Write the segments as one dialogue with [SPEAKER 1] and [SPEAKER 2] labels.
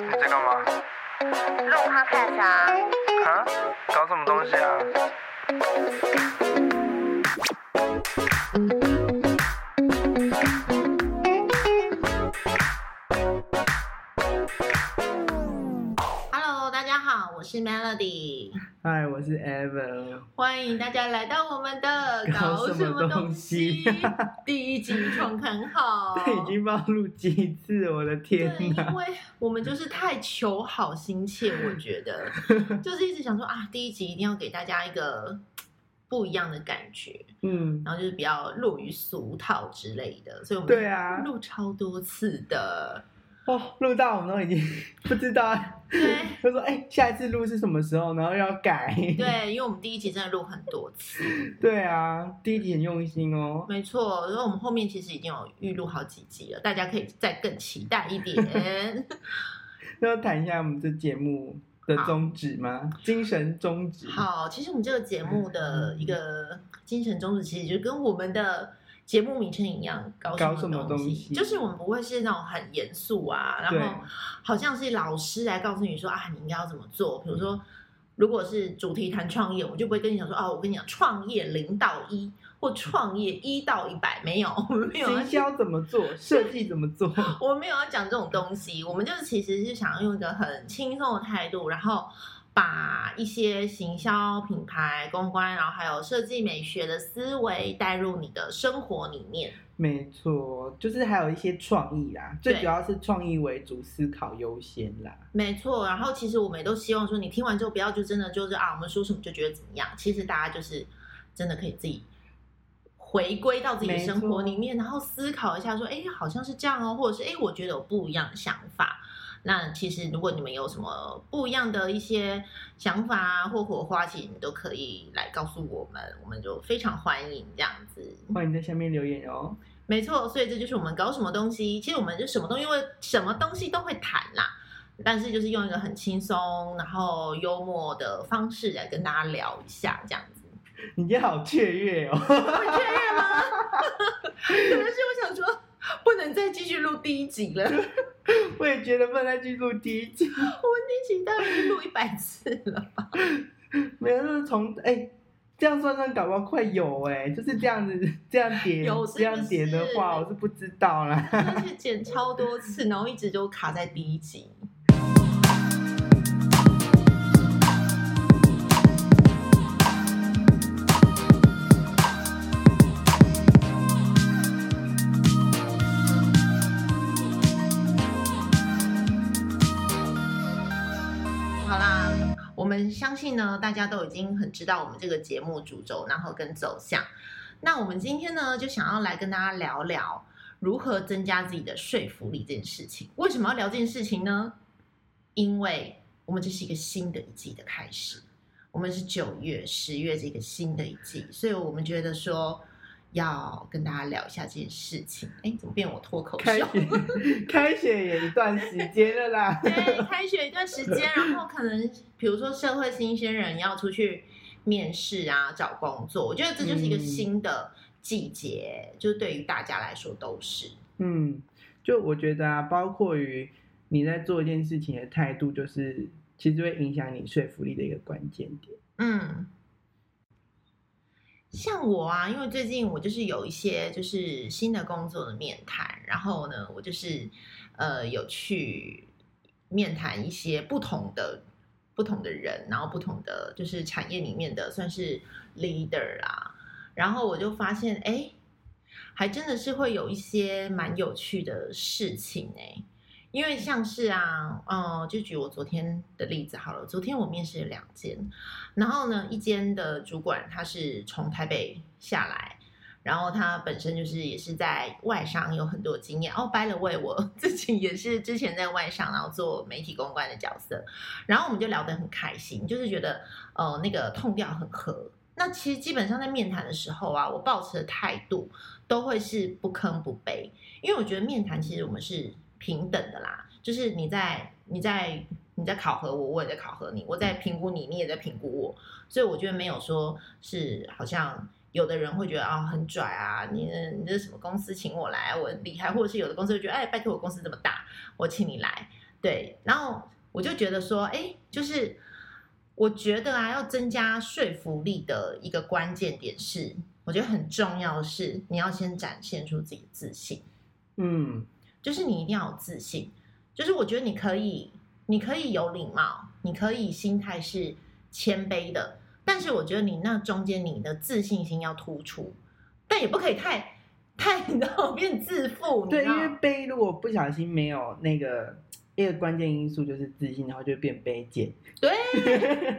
[SPEAKER 1] 你在干嘛？
[SPEAKER 2] 录 podcast 啊，
[SPEAKER 1] 啊？搞什么东西啊？
[SPEAKER 3] Hello，大家好，我是 Melody，
[SPEAKER 1] 嗨，我是 Evan。
[SPEAKER 3] 欢迎大家来到我们的
[SPEAKER 1] 搞什
[SPEAKER 3] 什
[SPEAKER 1] 么
[SPEAKER 3] 么
[SPEAKER 1] 东
[SPEAKER 3] 东
[SPEAKER 1] 西
[SPEAKER 3] 西第一集状况很 好，
[SPEAKER 1] 这已经暴露几次，我的天
[SPEAKER 3] 对，因
[SPEAKER 1] 哪！
[SPEAKER 3] 为我们就是太求好心切，我觉 得就是一直想说啊，第一集一定要给大家一个不一样的感觉，
[SPEAKER 1] 嗯，
[SPEAKER 3] 然后就是比较落于俗套之类的，所以我们
[SPEAKER 1] 对啊，
[SPEAKER 3] 录超多次的，
[SPEAKER 1] 哦，录到我们都已经 不知道，
[SPEAKER 3] 对。
[SPEAKER 1] 就说哎、下一次录是什么时候，然后要改。
[SPEAKER 3] 对，因为我们第一集真的录很多次，
[SPEAKER 1] 对啊，第一集很用心哦。
[SPEAKER 3] 没错，因为我们后面其实已经有预录好几集了，大家可以再更期待一 点。
[SPEAKER 1] 那要谈一下我们这节目的宗旨吗？精神宗旨。
[SPEAKER 3] 好，其实我们这个节目的
[SPEAKER 1] 嗯
[SPEAKER 3] 一个精神宗旨，其实就跟我们的节目名称一样，搞
[SPEAKER 1] 搞什
[SPEAKER 3] 什
[SPEAKER 1] 么
[SPEAKER 3] 么
[SPEAKER 1] 东
[SPEAKER 3] 西？
[SPEAKER 1] 西
[SPEAKER 3] 就是我们不会是那种很严肃啊，
[SPEAKER 1] 对
[SPEAKER 3] 然后好像是老师来告诉你说啊，你应该要怎么做，比如说。如果是主题谈创业，我就不会跟你讲说哦，我跟你讲创业零到一或创业一到一百，没有，我们没有要啊
[SPEAKER 1] 行销怎么做？设计怎么做？
[SPEAKER 3] 我没有要讲这种东西，我们就是其实是想要用一个很轻松的态度，然后把一些行销、品牌、公关，然后还有设计美学的思维带入你的生活里面。
[SPEAKER 1] 没错，就是还有一些创意啦，最
[SPEAKER 3] 对
[SPEAKER 1] 主要是创意为主，思考优先啦。
[SPEAKER 3] 没错，然后其实我们也都希望说，你听完之后不要就真的就是啊，我们说什么就觉得怎么样。其实大家就是真的可以自己回归到自己的生活里面，然后思考一下说，哎，好像是这样哦，或者是哎，诶我觉得有不一样的想法。那其实如果你们有什么不一样的一些想法啊或火花，其实你都可以来告诉我们，我们就非常欢迎这样子。
[SPEAKER 1] 欢迎在下面留言哦。
[SPEAKER 3] 没错，所以这就是我们搞什么东西。其实我们就什么东西会什么东西都会谈啦，但是就是用一个很轻松然后幽默的方式来跟大家聊一下，这样子。
[SPEAKER 1] 你今天好雀跃哦，
[SPEAKER 3] 确认吗？可能是我想说，不能再继续录第一集了，我们
[SPEAKER 1] 我也觉得不能再去录第一集，
[SPEAKER 3] 第一集大概已经录一百次了。
[SPEAKER 1] 没有，就是从哎、这样算算，搞不好快有哎、就是这样子，这样叠，
[SPEAKER 3] 有是不
[SPEAKER 1] 这样叠的话，
[SPEAKER 3] 是
[SPEAKER 1] 我是不知道啦。
[SPEAKER 3] 真的是剪超多次，然后一直就卡在第一集。好啦，我们相信呢，大家都已经很知道我们这个节目主轴，然后跟走向。那我们今天呢，就想要来跟大家聊聊如何增加自己的说服力这件事情。为什么要聊这件事情呢？因为我们这是一个新的一季的开始，我们是九月、十月这个新的一季，所以我们觉得说要跟大家聊一下这件事情。哎，怎么变我脱口
[SPEAKER 1] 开
[SPEAKER 3] 秀？
[SPEAKER 1] 学， 开学也一段时间了啦。
[SPEAKER 3] 对，开学一段时间，然后可能比如说社会新鲜人要出去面试啊，找工作，我觉得这就是一个
[SPEAKER 1] 嗯
[SPEAKER 3] 新的季节，就是对于大家来说都是。
[SPEAKER 1] 嗯，就我觉得啊，包括于你在做一件事情的态度，就是其实会影响你说服力的一个关键点。
[SPEAKER 3] 嗯，像我啊，因为最近我就是有一些就是新的工作的面谈，然后呢，我就是呃有去面谈一些不同的不同的人，然后不同的就是产业里面的算是 leader 啦，然后我就发现哎。诶还真的是会有一些蛮有趣的事情哎、因为像是啊，呃，就举我昨天的例子好了。昨天我面试了两间，然后呢，一间的主管他是从台北下来，然后他本身就是也是在外商有很多经验。哦，by the way，我自己也是之前在外商，然后做媒体公关的角色，然后我们就聊得很开心，就是觉得呃那个痛调很合。那其实基本上在面谈的时候啊，我保持的态度都会是不吭不卑，因为我觉得面谈其实我们是平等的啦，就是你在你在你在考核我，我也在考核你，我在评估你，你也在评估我，所以我觉得没有说是好像有的人会觉得啊、很拽啊，你你这是什么公司请我来，我很厉害，或者是有的公司会觉得哎拜托我公司这么大，我请你来，对，然后我就觉得说，哎，就是我觉得啊，要增加说服力的一个关键点是，我觉得很重要的是，你要先展现出自己的自信，
[SPEAKER 1] 嗯
[SPEAKER 3] 就是你一定要有自信，就是我觉得你可以，你可以有礼貌，你可以心态是谦卑的，但是我觉得你那中间你的自信心要突出，但也不可以太太， 你知道变自负，你
[SPEAKER 1] 对，
[SPEAKER 3] 知道
[SPEAKER 1] 因为背如果不小心没有那个一个关键因素就是自信，然后就变卑贱。
[SPEAKER 3] 对，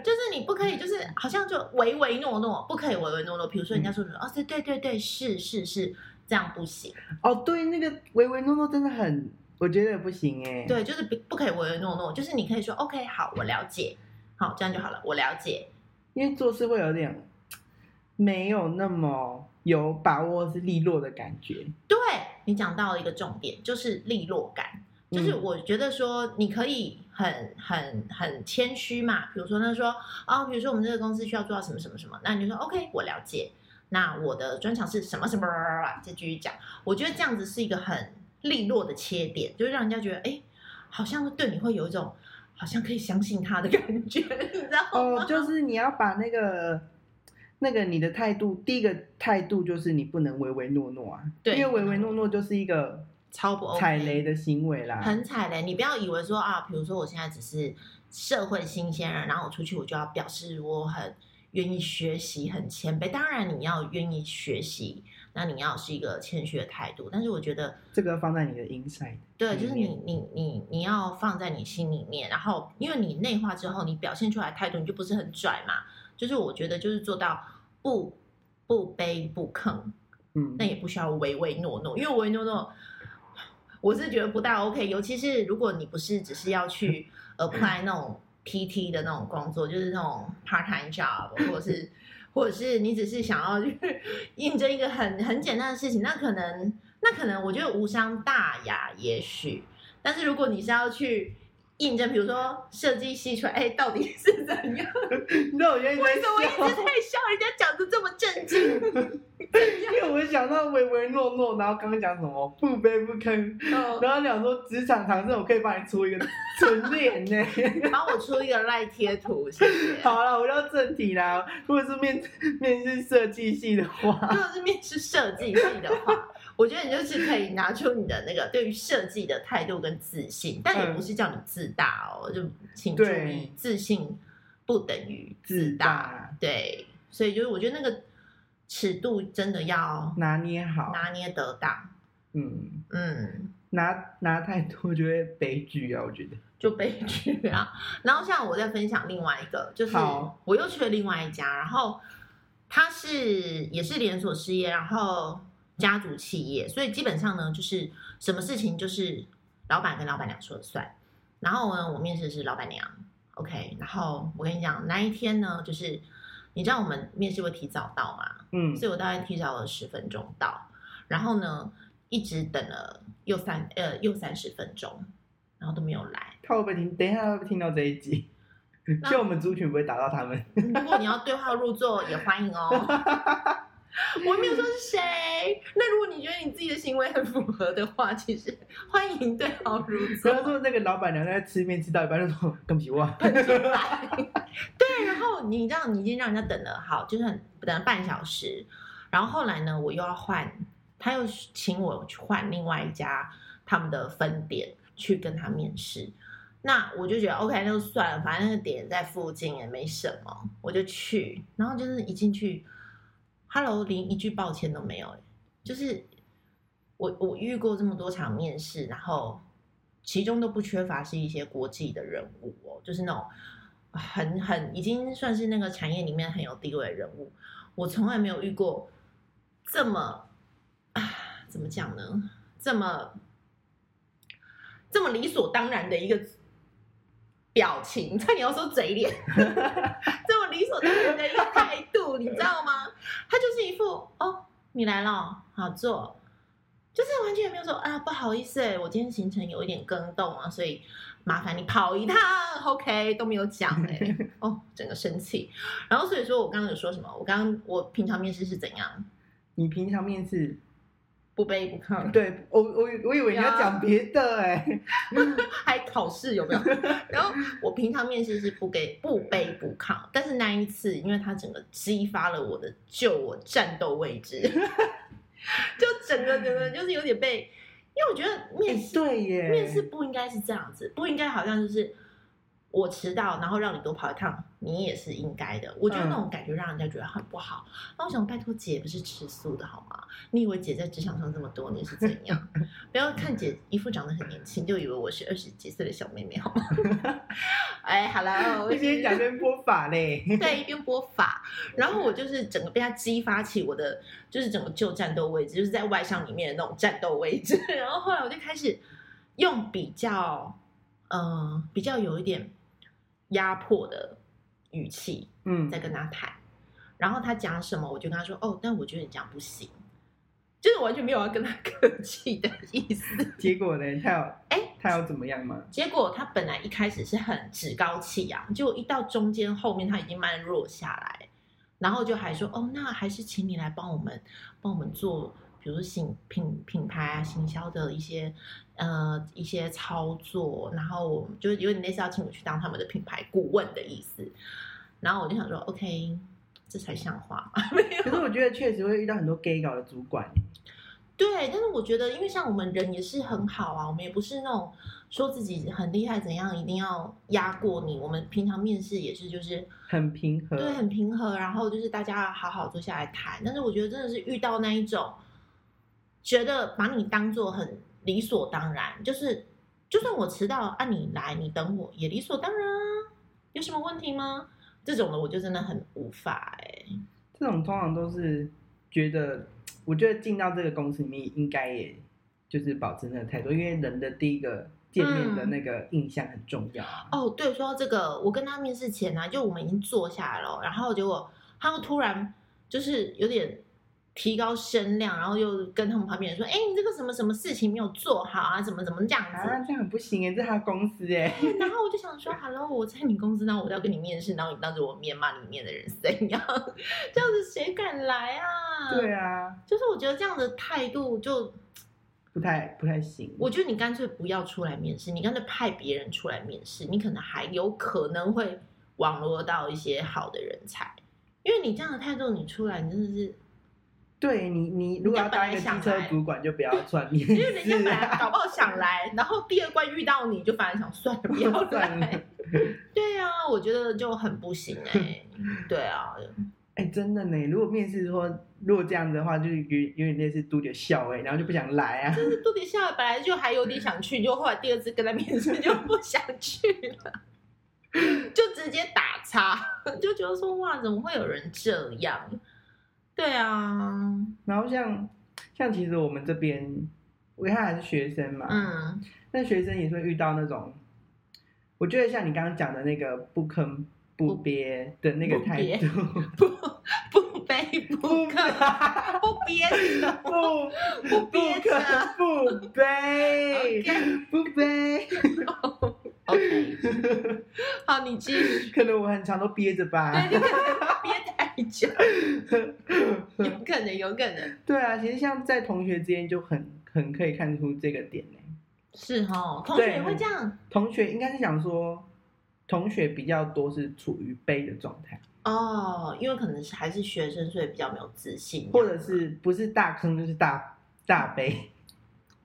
[SPEAKER 3] 就是你不可以，就是好像就唯唯诺诺，不可以唯唯诺诺。比如说人
[SPEAKER 1] 嗯
[SPEAKER 3] 家说什么、哦，对对对对，是是是，这样不行。
[SPEAKER 1] 哦，对，那个唯唯诺诺真的很，我觉得不行哎、，
[SPEAKER 3] 对，就是不不可以唯唯诺诺，就是你可以说 OK，好，我了解，好，这样就好了，我了解。
[SPEAKER 1] 因为做事会有点没有那么有把握是利落的感觉。
[SPEAKER 3] 对你讲到一个重点，就是利落感，就是
[SPEAKER 1] 嗯
[SPEAKER 3] 我觉得说你可以很很很谦虚嘛，比如说他说哦，比如说我们这个公司需要做到什么什么什么，那你就说 OK，我了解，那我的专长是什么什么，再继续讲。我觉得这样子是一个很利落的切点，就是让人家觉得哎，诶好像对你会有一种好像可以相信他的感觉，你知道吗？
[SPEAKER 1] 哦，就是你要把那个那个你的态度，第一个态度就是你不能唯唯诺诺啊，
[SPEAKER 3] 对
[SPEAKER 1] 因为唯唯诺诺就是一个
[SPEAKER 3] 超不 OK
[SPEAKER 1] 踩雷的行为啦。
[SPEAKER 3] 很踩雷。你不要以为说啊，比如说我现在只是社会新鲜人，然后我出去我就要表示我很愿意学习、很谦卑。当然你要愿意学习，那你要是一个谦虚的态度。但是我觉得，
[SPEAKER 1] 这个放在你的 inside，
[SPEAKER 3] 对，就是
[SPEAKER 1] 里
[SPEAKER 3] 你
[SPEAKER 1] 面
[SPEAKER 3] 你你你要放在你心里面，然后因为你内化之后，你表现出来的态度你就不是很拽嘛。就是我觉得就是做到不不卑不亢，
[SPEAKER 1] 嗯，
[SPEAKER 3] 但也不需要唯唯诺诺，因为唯唯诺诺，我是觉得不大 OK。尤其是如果你不是只是要去 apply 那种 PT 的那种工作，就是那种 part time job，或者是或者是你只是想要去 应征一个很很简单的事情，那可能那可能我觉得无伤大雅，也许。但是如果你是要去应征，比如说设计系出来，哎，到底是怎样？
[SPEAKER 1] 你知道我原来
[SPEAKER 3] 为什么一直在
[SPEAKER 1] 在
[SPEAKER 3] 笑人家讲的这么正经？
[SPEAKER 1] 笑，因为我想到唯唯诺诺，然后刚刚讲什么不卑不亢，
[SPEAKER 3] 哦
[SPEAKER 1] 然后讲说职场常识，我可以帮你出一个 纯恋呢。
[SPEAKER 3] 帮我出一个赖贴图，谢谢。
[SPEAKER 1] 好了，回到正题啦。如果是面面试设计系的话，
[SPEAKER 3] 如果是面试设计系的话， 我觉得你就是可以拿出你的那个对于设计的态度跟自信，但也不是叫你自大哦，就请注意
[SPEAKER 1] 嗯对，
[SPEAKER 3] 自信不等于自大。对，所以就是我觉得那个尺度真的要
[SPEAKER 1] 拿捏好，
[SPEAKER 3] 拿捏得当，
[SPEAKER 1] 嗯。
[SPEAKER 3] 嗯。
[SPEAKER 1] 拿拿太多就会悲剧啊，我觉得。
[SPEAKER 3] 就悲剧啊。然后像我在分享另外一个，就是
[SPEAKER 1] 好
[SPEAKER 3] 我又去了另外一家，然后它是也是连锁事业，然后家族企业，所以基本上呢，就是什么事情就是老板跟老板娘说了算。然后呢，我面试的是老板娘，OK。然后我跟你讲，那一天呢，就是你知道我们面试会提早到吗？
[SPEAKER 1] 嗯，
[SPEAKER 3] 所以我大概提早了十分钟到，然后呢，一直等了又三呃又三十分钟，然后都没有来。
[SPEAKER 1] 他会不会听？等一下他会不会听到这一集？
[SPEAKER 3] 那
[SPEAKER 1] 就我们族群不会打到他们。
[SPEAKER 3] 如果你要对号入座，也欢迎哦。 我没有说是谁，那如果你觉得你自己的行为很符合的话，其实欢迎对号入
[SPEAKER 1] 不要
[SPEAKER 3] 座。
[SPEAKER 1] 说那个老板娘在吃面吃到一半就说：“对不起，我
[SPEAKER 3] 对，然后你知道你已经让人家等了好，就是很等了半小时，然后后来呢，我又要换，他又请我去换另外一家他们的分店去跟他面试。那我就觉得 OK，那就算了，反正那个点在附近也没什么，我就去。然后就是一进去，Hello，连一句抱歉都没有、欸就是我我遇过这么多场面试，然后其中都不缺乏是一些国际的人物哦，就是那种很很已经算是那个产业里面很有地位的人物。我从来没有遇过这么啊，怎么讲呢？这么这么理所当然的一个表情，差点要说嘴脸， 这么理所当然的一个态度，你知道吗？他就是一副哦，你来了，好坐，就是完全没有说啊，不好意思、欸，我今天行程有一点更动啊，所以麻烦你跑一趟，OK，都没有讲哎、哦，整个生气。然后所以说我刚刚有说什么？我刚刚我平常面试是怎样？
[SPEAKER 1] 你平常面试
[SPEAKER 3] 不卑不亢，
[SPEAKER 1] 对我我我以为你要讲别的哎、
[SPEAKER 3] 还考试有没有？然后我平常面试是不给不卑不亢，但是那一次，因为他整个激发了我的救我战斗位置， 就整个整个就是有点被，因为我觉得面
[SPEAKER 1] 嗯哎
[SPEAKER 3] 试、
[SPEAKER 1] 对耶，
[SPEAKER 3] 面试不应该是这样子，不应该好像就是我迟到，然后让你多跑一趟，你也是应该的。我觉得
[SPEAKER 1] 嗯
[SPEAKER 3] 那种感觉让人家觉得很不好。那我想，拜托姐不是吃素的好吗？你以为姐在职场上这么多年是怎样？不要看姐一副长得很年轻，就以为我是二十几岁的小妹妹好吗？ 哎，好了，我
[SPEAKER 1] 一边讲一边播法嘞，
[SPEAKER 3] 在一边播法，然后我就是整个被他激发起我的，就是整个旧战斗位置，就是在外向里面的那种战斗位置。 然后后来我就开始用比较，嗯、比较有一点压迫的语气
[SPEAKER 1] 嗯
[SPEAKER 3] 在跟他谈，然后他讲什么，我就跟他说，哦，但我觉得你这样不行，就是完全没有要跟他 客气的意思。
[SPEAKER 1] 结果呢，他有
[SPEAKER 3] 哎、
[SPEAKER 1] 他有怎么样吗？
[SPEAKER 3] 结果他本来一开始是很趾高气扬，结果一到中间后面他已经慢弱下来，然后就还说哦，那还是请你来帮我们帮我们做，比如说行品品牌啊、行销的一些呃一些操作，然后我们就是有点类似要请我去当他们的品牌顾问的意思。然后我就想说，OK，这才像话嘛。
[SPEAKER 1] 可是我觉得确实会遇到很多 gay 搞的主管，
[SPEAKER 3] 对，但是我觉得，因为像我们人也是很好啊，我们也不是那种说自己很厉害怎样，一定要压过你。我们平常面试也是，就是
[SPEAKER 1] 很平和，
[SPEAKER 3] 对，很平和，然后就是大家好好坐下来谈。但是我觉得真的是遇到那一种，觉得把你当做很理所当然，就是就算我迟到，按、啊、你来，你等我也理所当然啊，有什么问题吗？这种的我就真的很无法哎、
[SPEAKER 1] 这种通常都是觉得，我觉得进到这个公司里面，应该也就是保持那个态度，因为人的第一个见面的那个印象很重要啊。
[SPEAKER 3] 哦，对，说到这个，我跟他面试前呢、就我们已经坐下来了，然后结果他们突然就是有点提高声量，然后又跟他们旁边人说：“哎，你这个什么什么事情没有做好啊？怎么怎么这样子？”
[SPEAKER 1] 啊，这样很不行哎，这是他公司哎，
[SPEAKER 3] 然后我就想说，Hello，我在你公司，然后我要跟你面试，然后你当着我面骂里面的人是怎样？ 这样子谁敢来啊？
[SPEAKER 1] 对，啊，
[SPEAKER 3] 就是我觉得这样的态度就，
[SPEAKER 1] 不太不太行。
[SPEAKER 3] 我觉得你干脆不要出来面试，你干脆派别人出来面试，你可能还有可能会网罗到一些好的人才，因为你这样的态度，你出来你真的 是，
[SPEAKER 1] 对你你如果要当一个机车主管，就不要算面
[SPEAKER 3] 因为人家本
[SPEAKER 1] 试
[SPEAKER 3] 来
[SPEAKER 1] 啊。
[SPEAKER 3] 搞不好想来，然后第二关遇到你就反而想算了，不要
[SPEAKER 1] 算
[SPEAKER 3] 来
[SPEAKER 1] 了。
[SPEAKER 3] 对啊，我觉得就很不 行哎、对啊，
[SPEAKER 1] 哎、真的呢，如果面试说如果这样子的话，就是有有点类似嘟点笑哎，然后就不想来啊。
[SPEAKER 3] 就是杜迪夏本来就还有点想去，就后来第二次跟他面试就不想去了，就直接打叉，就觉得说哇，怎么会有人这样？对啊，
[SPEAKER 1] 然后像像其实我们这边，我看还是学生嘛，
[SPEAKER 3] 嗯，
[SPEAKER 1] 那学生也是会遇到那种，我觉得像你刚刚讲的那个不吭不憋的那个态度，
[SPEAKER 3] 不不卑不亢，不憋着，
[SPEAKER 1] 不
[SPEAKER 3] 不
[SPEAKER 1] 不
[SPEAKER 3] 憋着
[SPEAKER 1] 吭 不卑
[SPEAKER 3] OK
[SPEAKER 1] 不卑，
[SPEAKER 3] ，OK，好， 你继续，
[SPEAKER 1] 可能我很常都憋着吧。
[SPEAKER 3] 对，你可能憋太 久，有可能，有可能
[SPEAKER 1] 对啊，其实像在同学之间就很很可以看出这个点呢、
[SPEAKER 3] 是哦，同学也会这样。
[SPEAKER 1] 同学应该是想说，同学比较多是处于悲的状态，
[SPEAKER 3] 哦，因为可能是还是学生，所以比较没有自信，
[SPEAKER 1] 或者是
[SPEAKER 3] 啊
[SPEAKER 1] 不是大坑就是大大悲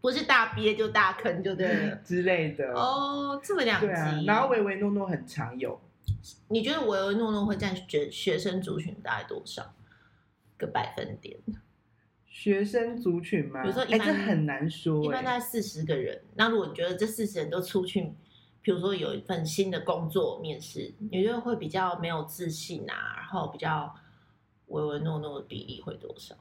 [SPEAKER 3] 不是大憋就大坑就 对了。
[SPEAKER 1] 之类的。
[SPEAKER 3] 哦，这么两极。
[SPEAKER 1] 对啊，然后唯唯诺诺很常有，
[SPEAKER 3] 你觉得唯唯诺诺会占学学生族群大概多少个百分点？
[SPEAKER 1] 学生族群嘛，
[SPEAKER 3] 比如说一
[SPEAKER 1] 哎，
[SPEAKER 3] 般
[SPEAKER 1] 这很难说、
[SPEAKER 3] 一般大
[SPEAKER 1] 哎
[SPEAKER 3] 概四十个人。那如果你觉得这四十人都出去，比如说有一份新的工作面试，你觉得会比较没有自信啊，然后比较唯唯诺诺的比例会多少？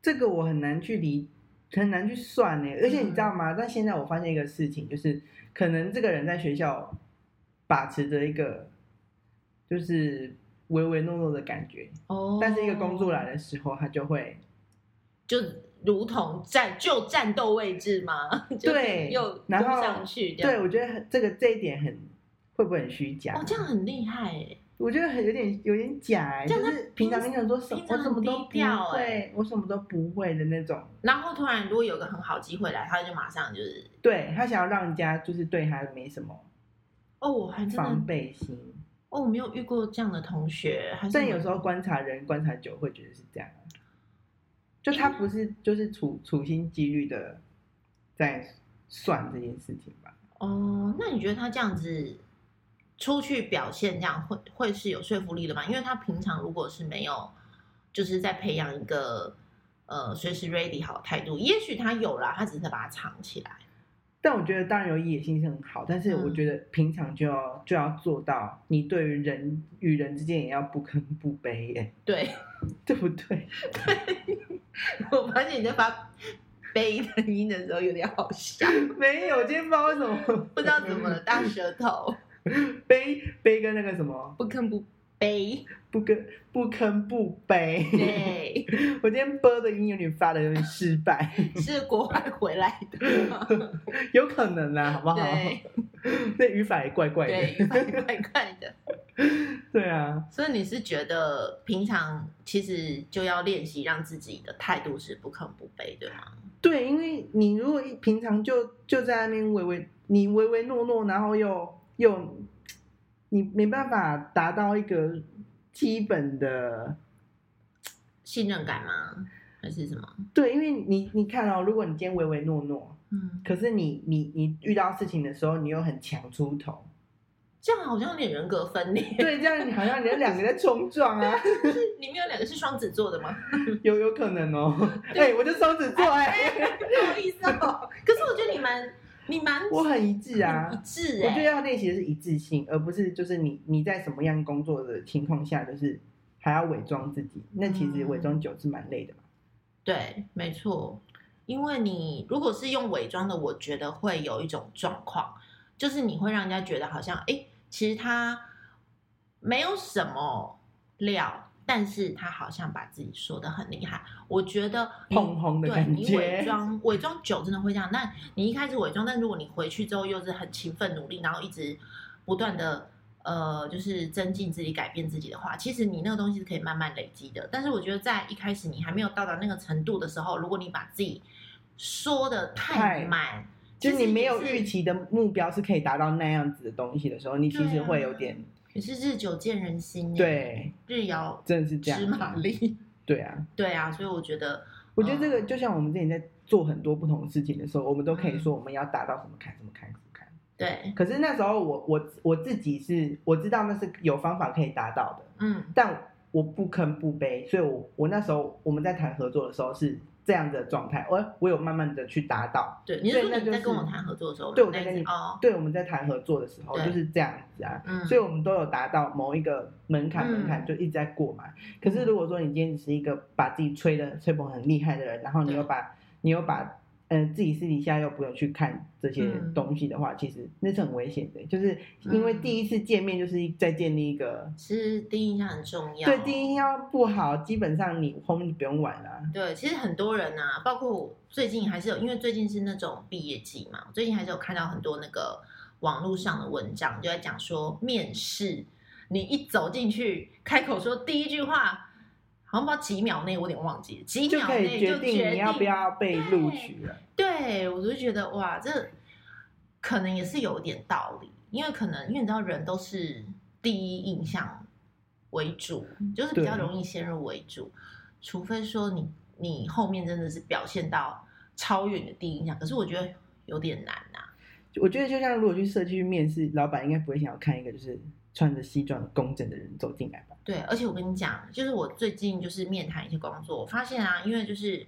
[SPEAKER 1] 这个我很难去理，很难去算呢、哎
[SPEAKER 3] 嗯
[SPEAKER 1] 而且你知道吗？但现在我发现一个事情，就是可能这个人在学校把持着一个就是唯唯诺诺的感觉，
[SPEAKER 3] 哦
[SPEAKER 1] 但是一个工作来的时候，他就会
[SPEAKER 3] 就如同战就战斗位置吗？ 就
[SPEAKER 1] 对
[SPEAKER 3] 又攻
[SPEAKER 1] 然后
[SPEAKER 3] 上去这样
[SPEAKER 1] 对我觉得很这个这一点很会不会很虚假？
[SPEAKER 3] 哦哦，这样很厉害哎！
[SPEAKER 1] 我觉得很有点有点假哎、
[SPEAKER 3] 这
[SPEAKER 1] 就
[SPEAKER 3] 样他
[SPEAKER 1] 是平常跟你讲说什
[SPEAKER 3] 平
[SPEAKER 1] 我
[SPEAKER 3] 常
[SPEAKER 1] 什么都
[SPEAKER 3] 很
[SPEAKER 1] 不
[SPEAKER 3] 低调
[SPEAKER 1] 会，
[SPEAKER 3] 欸
[SPEAKER 1] 我什么都不会的那种。
[SPEAKER 3] 然后突然如果有个很好机会来，他就马上就是
[SPEAKER 1] 对他想要让人家就是对他没什么
[SPEAKER 3] 哦，我还真
[SPEAKER 1] 防
[SPEAKER 3] 的
[SPEAKER 1] 备心，
[SPEAKER 3] 哦，我没有遇过这样的同学，还是
[SPEAKER 1] 但有时候观察人观察久会觉得是这样啊，就他不是就是处处心积虑的在算这件事情吧？
[SPEAKER 3] 哦，那你觉得他这样子出去表现，这样会会是有说服力的吗？因为他平常如果是没有，就是在培养一个呃随时 ready 好的态度，也许他有啦，他只是把它藏起来。
[SPEAKER 1] 但我觉得当然有野心是很好，但是我
[SPEAKER 3] 嗯
[SPEAKER 1] 觉得平常就要就要做到，你对于人与人之间也要不吭不卑耶，
[SPEAKER 3] 对，
[SPEAKER 1] 对不对？
[SPEAKER 3] 我发现你在发悲的音的时候有点好笑，
[SPEAKER 1] 没有，今天不知道为什么
[SPEAKER 3] 不知道怎么 了，大舌头，
[SPEAKER 1] 悲悲跟那个什么
[SPEAKER 3] 不吭不悲。
[SPEAKER 1] 不跟不吭不卑。
[SPEAKER 3] 对，
[SPEAKER 1] 我今天播的音有点发的有点失 败，
[SPEAKER 3] 是国外回来的 吗。
[SPEAKER 1] 有可能啦，好不好？
[SPEAKER 3] 对
[SPEAKER 1] 那语法也怪哦怪
[SPEAKER 3] 对，
[SPEAKER 1] 的。
[SPEAKER 3] 怪怪的。
[SPEAKER 1] 对啊，
[SPEAKER 3] 所以你是觉得平常其实就要练习让自己的态度是不吭不卑，对吗？
[SPEAKER 1] 对，因为你如果一平常就就在那边唯唯你唯唯诺诺，然后又又你没办法达到一个基本的
[SPEAKER 3] 信任感吗？还是什么？
[SPEAKER 1] 对，因为你你看哦，如果你今天唯唯诺诺，
[SPEAKER 3] 嗯，
[SPEAKER 1] 可是你你你遇到事情的时候，你又很强出头，
[SPEAKER 3] 这样好像有点人格分裂。
[SPEAKER 1] 对，这样你好像你们两个在冲撞啊，
[SPEAKER 3] 你们有两个是双子座的吗？
[SPEAKER 1] 有有可能哦。哎、我就双子座哎、
[SPEAKER 3] 不好意思哦，可是我觉得你蛮你蛮
[SPEAKER 1] 我很一致啊
[SPEAKER 3] 很一。致
[SPEAKER 1] 我觉得
[SPEAKER 3] 哎、
[SPEAKER 1] 要练习的是一致性，而不是就是你你在什么样工作的情况下，就是还要伪装自己。那其实伪装久是蛮累的嘛。
[SPEAKER 3] 对，没错。因为你如果是用伪装的，我觉得会有一种状况，就是你会让人家觉得好像，哎，其实他没有什么料，但是他好像把自己说的很厉害。我觉得你
[SPEAKER 1] 碰轰的
[SPEAKER 3] 对
[SPEAKER 1] 感
[SPEAKER 3] 你
[SPEAKER 1] 觉
[SPEAKER 3] 伪装伪装久真的会这样。那你一开始伪装，但如果你回去之后又是很勤奋努力，然后一直不断的。呃，就是增进自己、改变自己的话，其实你那个东西是可以慢慢累积的。但是我觉得在一开始你还没有到达那个程度的时候，如果你把自己说的太
[SPEAKER 1] 太
[SPEAKER 3] 满，
[SPEAKER 1] 就是
[SPEAKER 3] 其
[SPEAKER 1] 你
[SPEAKER 3] 实
[SPEAKER 1] 没
[SPEAKER 3] 也
[SPEAKER 1] 有
[SPEAKER 3] 是
[SPEAKER 1] 预期的目标是可以达到那样子的东西的时候，你其
[SPEAKER 3] 对
[SPEAKER 1] 实
[SPEAKER 3] 啊
[SPEAKER 1] 会有点
[SPEAKER 3] 也是日久见人心耶，欸
[SPEAKER 1] 对，
[SPEAKER 3] 日遥
[SPEAKER 1] 真的是这
[SPEAKER 3] 知马
[SPEAKER 1] 样。
[SPEAKER 3] 力，
[SPEAKER 1] 对啊，
[SPEAKER 3] 对啊，所以我觉得，
[SPEAKER 1] 我觉得这个
[SPEAKER 3] 嗯
[SPEAKER 1] 就像我们之前在做很多不同的事情的时候，我们都可以说我们要达到什么坎、什么坎、什么坎。
[SPEAKER 3] 对，
[SPEAKER 1] 可是那时候我我我自己是我知道那是有方法可以达到的，
[SPEAKER 3] 嗯
[SPEAKER 1] 但我不吭不卑，所以我我那时候我们在谈合作的时候是这样的状态，我我有慢慢的去达到。
[SPEAKER 3] 对，你是
[SPEAKER 1] 对那
[SPEAKER 3] 说你
[SPEAKER 1] 就
[SPEAKER 3] 在跟
[SPEAKER 1] 是
[SPEAKER 3] 我谈合作的时候，
[SPEAKER 1] 对，
[SPEAKER 3] 那
[SPEAKER 1] 我在
[SPEAKER 3] 一
[SPEAKER 1] 跟
[SPEAKER 3] 次
[SPEAKER 1] 你
[SPEAKER 3] 哦，
[SPEAKER 1] 对我们在谈合作的时候
[SPEAKER 3] 对
[SPEAKER 1] 就是这样子啊，
[SPEAKER 3] 嗯，
[SPEAKER 1] 所以我们都有达到某一个门槛，
[SPEAKER 3] 嗯
[SPEAKER 1] 门槛就一直在过嘛。可是如果说你今天只是一个把自己吹的吹捧很厉害的人，然后你
[SPEAKER 3] 对
[SPEAKER 1] 又把你又把呃自己私底下又不用去看这些
[SPEAKER 3] 嗯
[SPEAKER 1] 东西的话，其实那是很危险的，就是因为
[SPEAKER 3] 嗯
[SPEAKER 1] 第一次见面就是在建立一个
[SPEAKER 3] 其实第一印象很重要，
[SPEAKER 1] 对，第一印象不好，基本上你后面就不用玩了、啊
[SPEAKER 3] 对，其实很多人啊，包括我最近还是有，因为最近是那种毕业季嘛，我最近还是有看到很多那个网络上的文章，就在讲说面试，你一走进去，开口说第一句话，好像不知道几秒内，我有点忘记了，几
[SPEAKER 1] 就
[SPEAKER 3] 秒
[SPEAKER 1] 可以
[SPEAKER 3] 内
[SPEAKER 1] 决
[SPEAKER 3] 就
[SPEAKER 1] 定你要不要被录取了。
[SPEAKER 3] 对我就觉得哇，这可能也是有点道理，因为可能因为你知道人都是第一印象为主，就是比较
[SPEAKER 1] 对
[SPEAKER 3] 容易先入为主，除非说你你后面真的是表现到超越你的第一印象，可是我觉得有点难啊呐、
[SPEAKER 1] 我觉得就像如果去社区面试，老板应该不会想要看一个就是穿着西装工整的人走进来吧？
[SPEAKER 3] 对，而且我跟你讲，就是我最近就是面谈一些工作，我发现啊，因为就是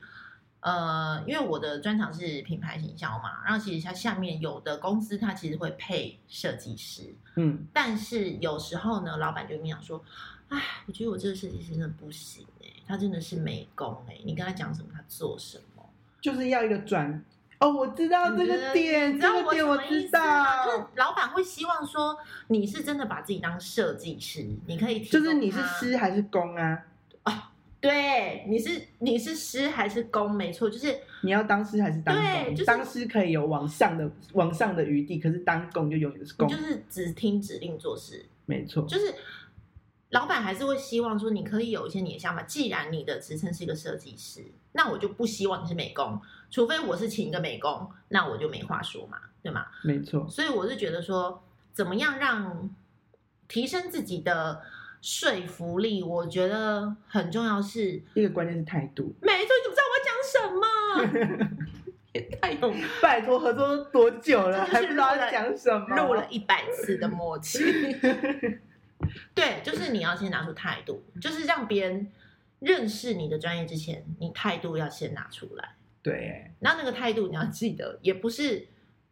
[SPEAKER 3] 呃，因为我的专长是品牌行销嘛，然后其实它下面有的公司它其实会配设计师，
[SPEAKER 1] 嗯，
[SPEAKER 3] 但是有时候呢，老板就跟你讲说，哎，我觉得我这个设计师真的不行哎、他真的是美工哎、你跟他讲什么，他做什么。
[SPEAKER 1] 就是要一个转。哦，我知道这个点，
[SPEAKER 3] 你
[SPEAKER 1] 这
[SPEAKER 3] 知道
[SPEAKER 1] 个
[SPEAKER 3] 我
[SPEAKER 1] 点
[SPEAKER 3] 什
[SPEAKER 1] 我
[SPEAKER 3] 么意
[SPEAKER 1] 知
[SPEAKER 3] 思吗？就是
[SPEAKER 1] 道，
[SPEAKER 3] 老板会希望说你是真的把自己当设计师，你可以提
[SPEAKER 1] 就
[SPEAKER 3] 供
[SPEAKER 1] 是你是
[SPEAKER 3] 他
[SPEAKER 1] 师还是公啊？
[SPEAKER 3] 对，你是你是师还是工？没错，就是
[SPEAKER 1] 你要当师还是当
[SPEAKER 3] 对
[SPEAKER 1] 公？
[SPEAKER 3] 就是
[SPEAKER 1] 当师可以有往上的往上的余地，可是当公就永远是
[SPEAKER 3] 你
[SPEAKER 1] 公，
[SPEAKER 3] 就是只听指令做事，
[SPEAKER 1] 没错。
[SPEAKER 3] 就是老板还是会希望说，你可以有一些你的想法。既然你的职称是一个设计师，那我就不希望你是美工，除非我是请一个美工，那我就没话说嘛，对吗？
[SPEAKER 1] 没错，
[SPEAKER 3] 所以我是觉得说，怎么样让提升自己的说服力，我觉得很重要是。
[SPEAKER 1] 一个关键是态度。
[SPEAKER 3] 没错，你怎么知道我要讲什么？也太有
[SPEAKER 1] 拜托，合作都多久 了，
[SPEAKER 3] 这就是
[SPEAKER 1] 还不知道要讲什么？
[SPEAKER 3] 录了一百次的默 契。对，就是你要先拿出态度，就是让别人认识你的专业之前，你态度要先拿出来。
[SPEAKER 1] 对，哎
[SPEAKER 3] 那那个态度你要记得，也不是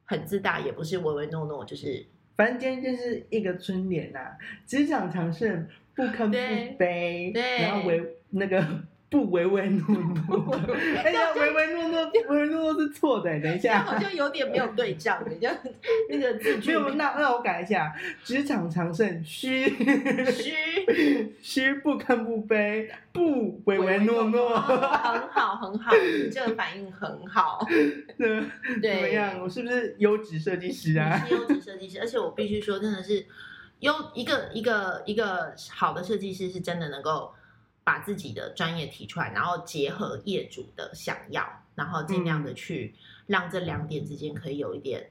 [SPEAKER 3] 很自大，也不是唯唯诺诺，就是
[SPEAKER 1] 反正今天就是一个春联呐、职场常胜，不吭
[SPEAKER 3] 对
[SPEAKER 1] 不卑，
[SPEAKER 3] 对
[SPEAKER 1] 然后唯那个 不唯唯诺诺， 哎呀，唯唯诺诺，唯唯诺诺是错的、等一
[SPEAKER 3] 这样
[SPEAKER 1] 下
[SPEAKER 3] 好。像有点没有对仗， 你就那个字
[SPEAKER 1] 没
[SPEAKER 3] 句
[SPEAKER 1] 有，那那我改一下，职场常胜，虚
[SPEAKER 3] 虚。
[SPEAKER 1] 虚不吭不卑，不 唯唯诺
[SPEAKER 3] 哦
[SPEAKER 1] 诺，
[SPEAKER 3] 很好很好，你这个反应很好。
[SPEAKER 1] 对，
[SPEAKER 3] 对嗯
[SPEAKER 1] 怎么样？啊我是不是优质设计师啊
[SPEAKER 3] 你？是优质设计师，而且我必须说，真的是优一个一个一个好的设计师，是真的能够把自己的专业提出来，然后结合业主的想要，然后尽量
[SPEAKER 1] 嗯
[SPEAKER 3] 的去让这两点之间可以有一点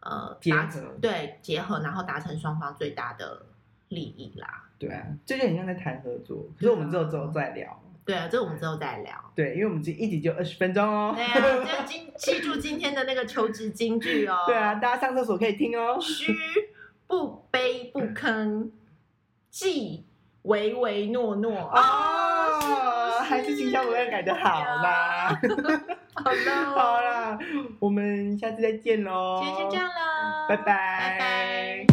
[SPEAKER 3] 呃
[SPEAKER 1] 结
[SPEAKER 3] 达
[SPEAKER 1] 合
[SPEAKER 3] 对结合，然后达成双方最大的利益啦。
[SPEAKER 1] 对啊，这就很像在谈合作，可是我们之后之后再聊。
[SPEAKER 3] 对啊，这我们之后再 聊。
[SPEAKER 1] 对，因为我们这一集就二十分钟哦。
[SPEAKER 3] 对啊，就记记住今天的那个求职金句哦。
[SPEAKER 1] 对啊，大家上厕所可以听哦。
[SPEAKER 3] 虚不卑不吭，既唯唯诺诺。
[SPEAKER 1] 哦，
[SPEAKER 3] 是
[SPEAKER 1] 还是秦小文案改的好啦。
[SPEAKER 3] 好啊了，
[SPEAKER 1] 好，啦，我们下次再见喽。
[SPEAKER 3] 今天先这样啦，
[SPEAKER 1] 拜拜
[SPEAKER 3] 拜拜。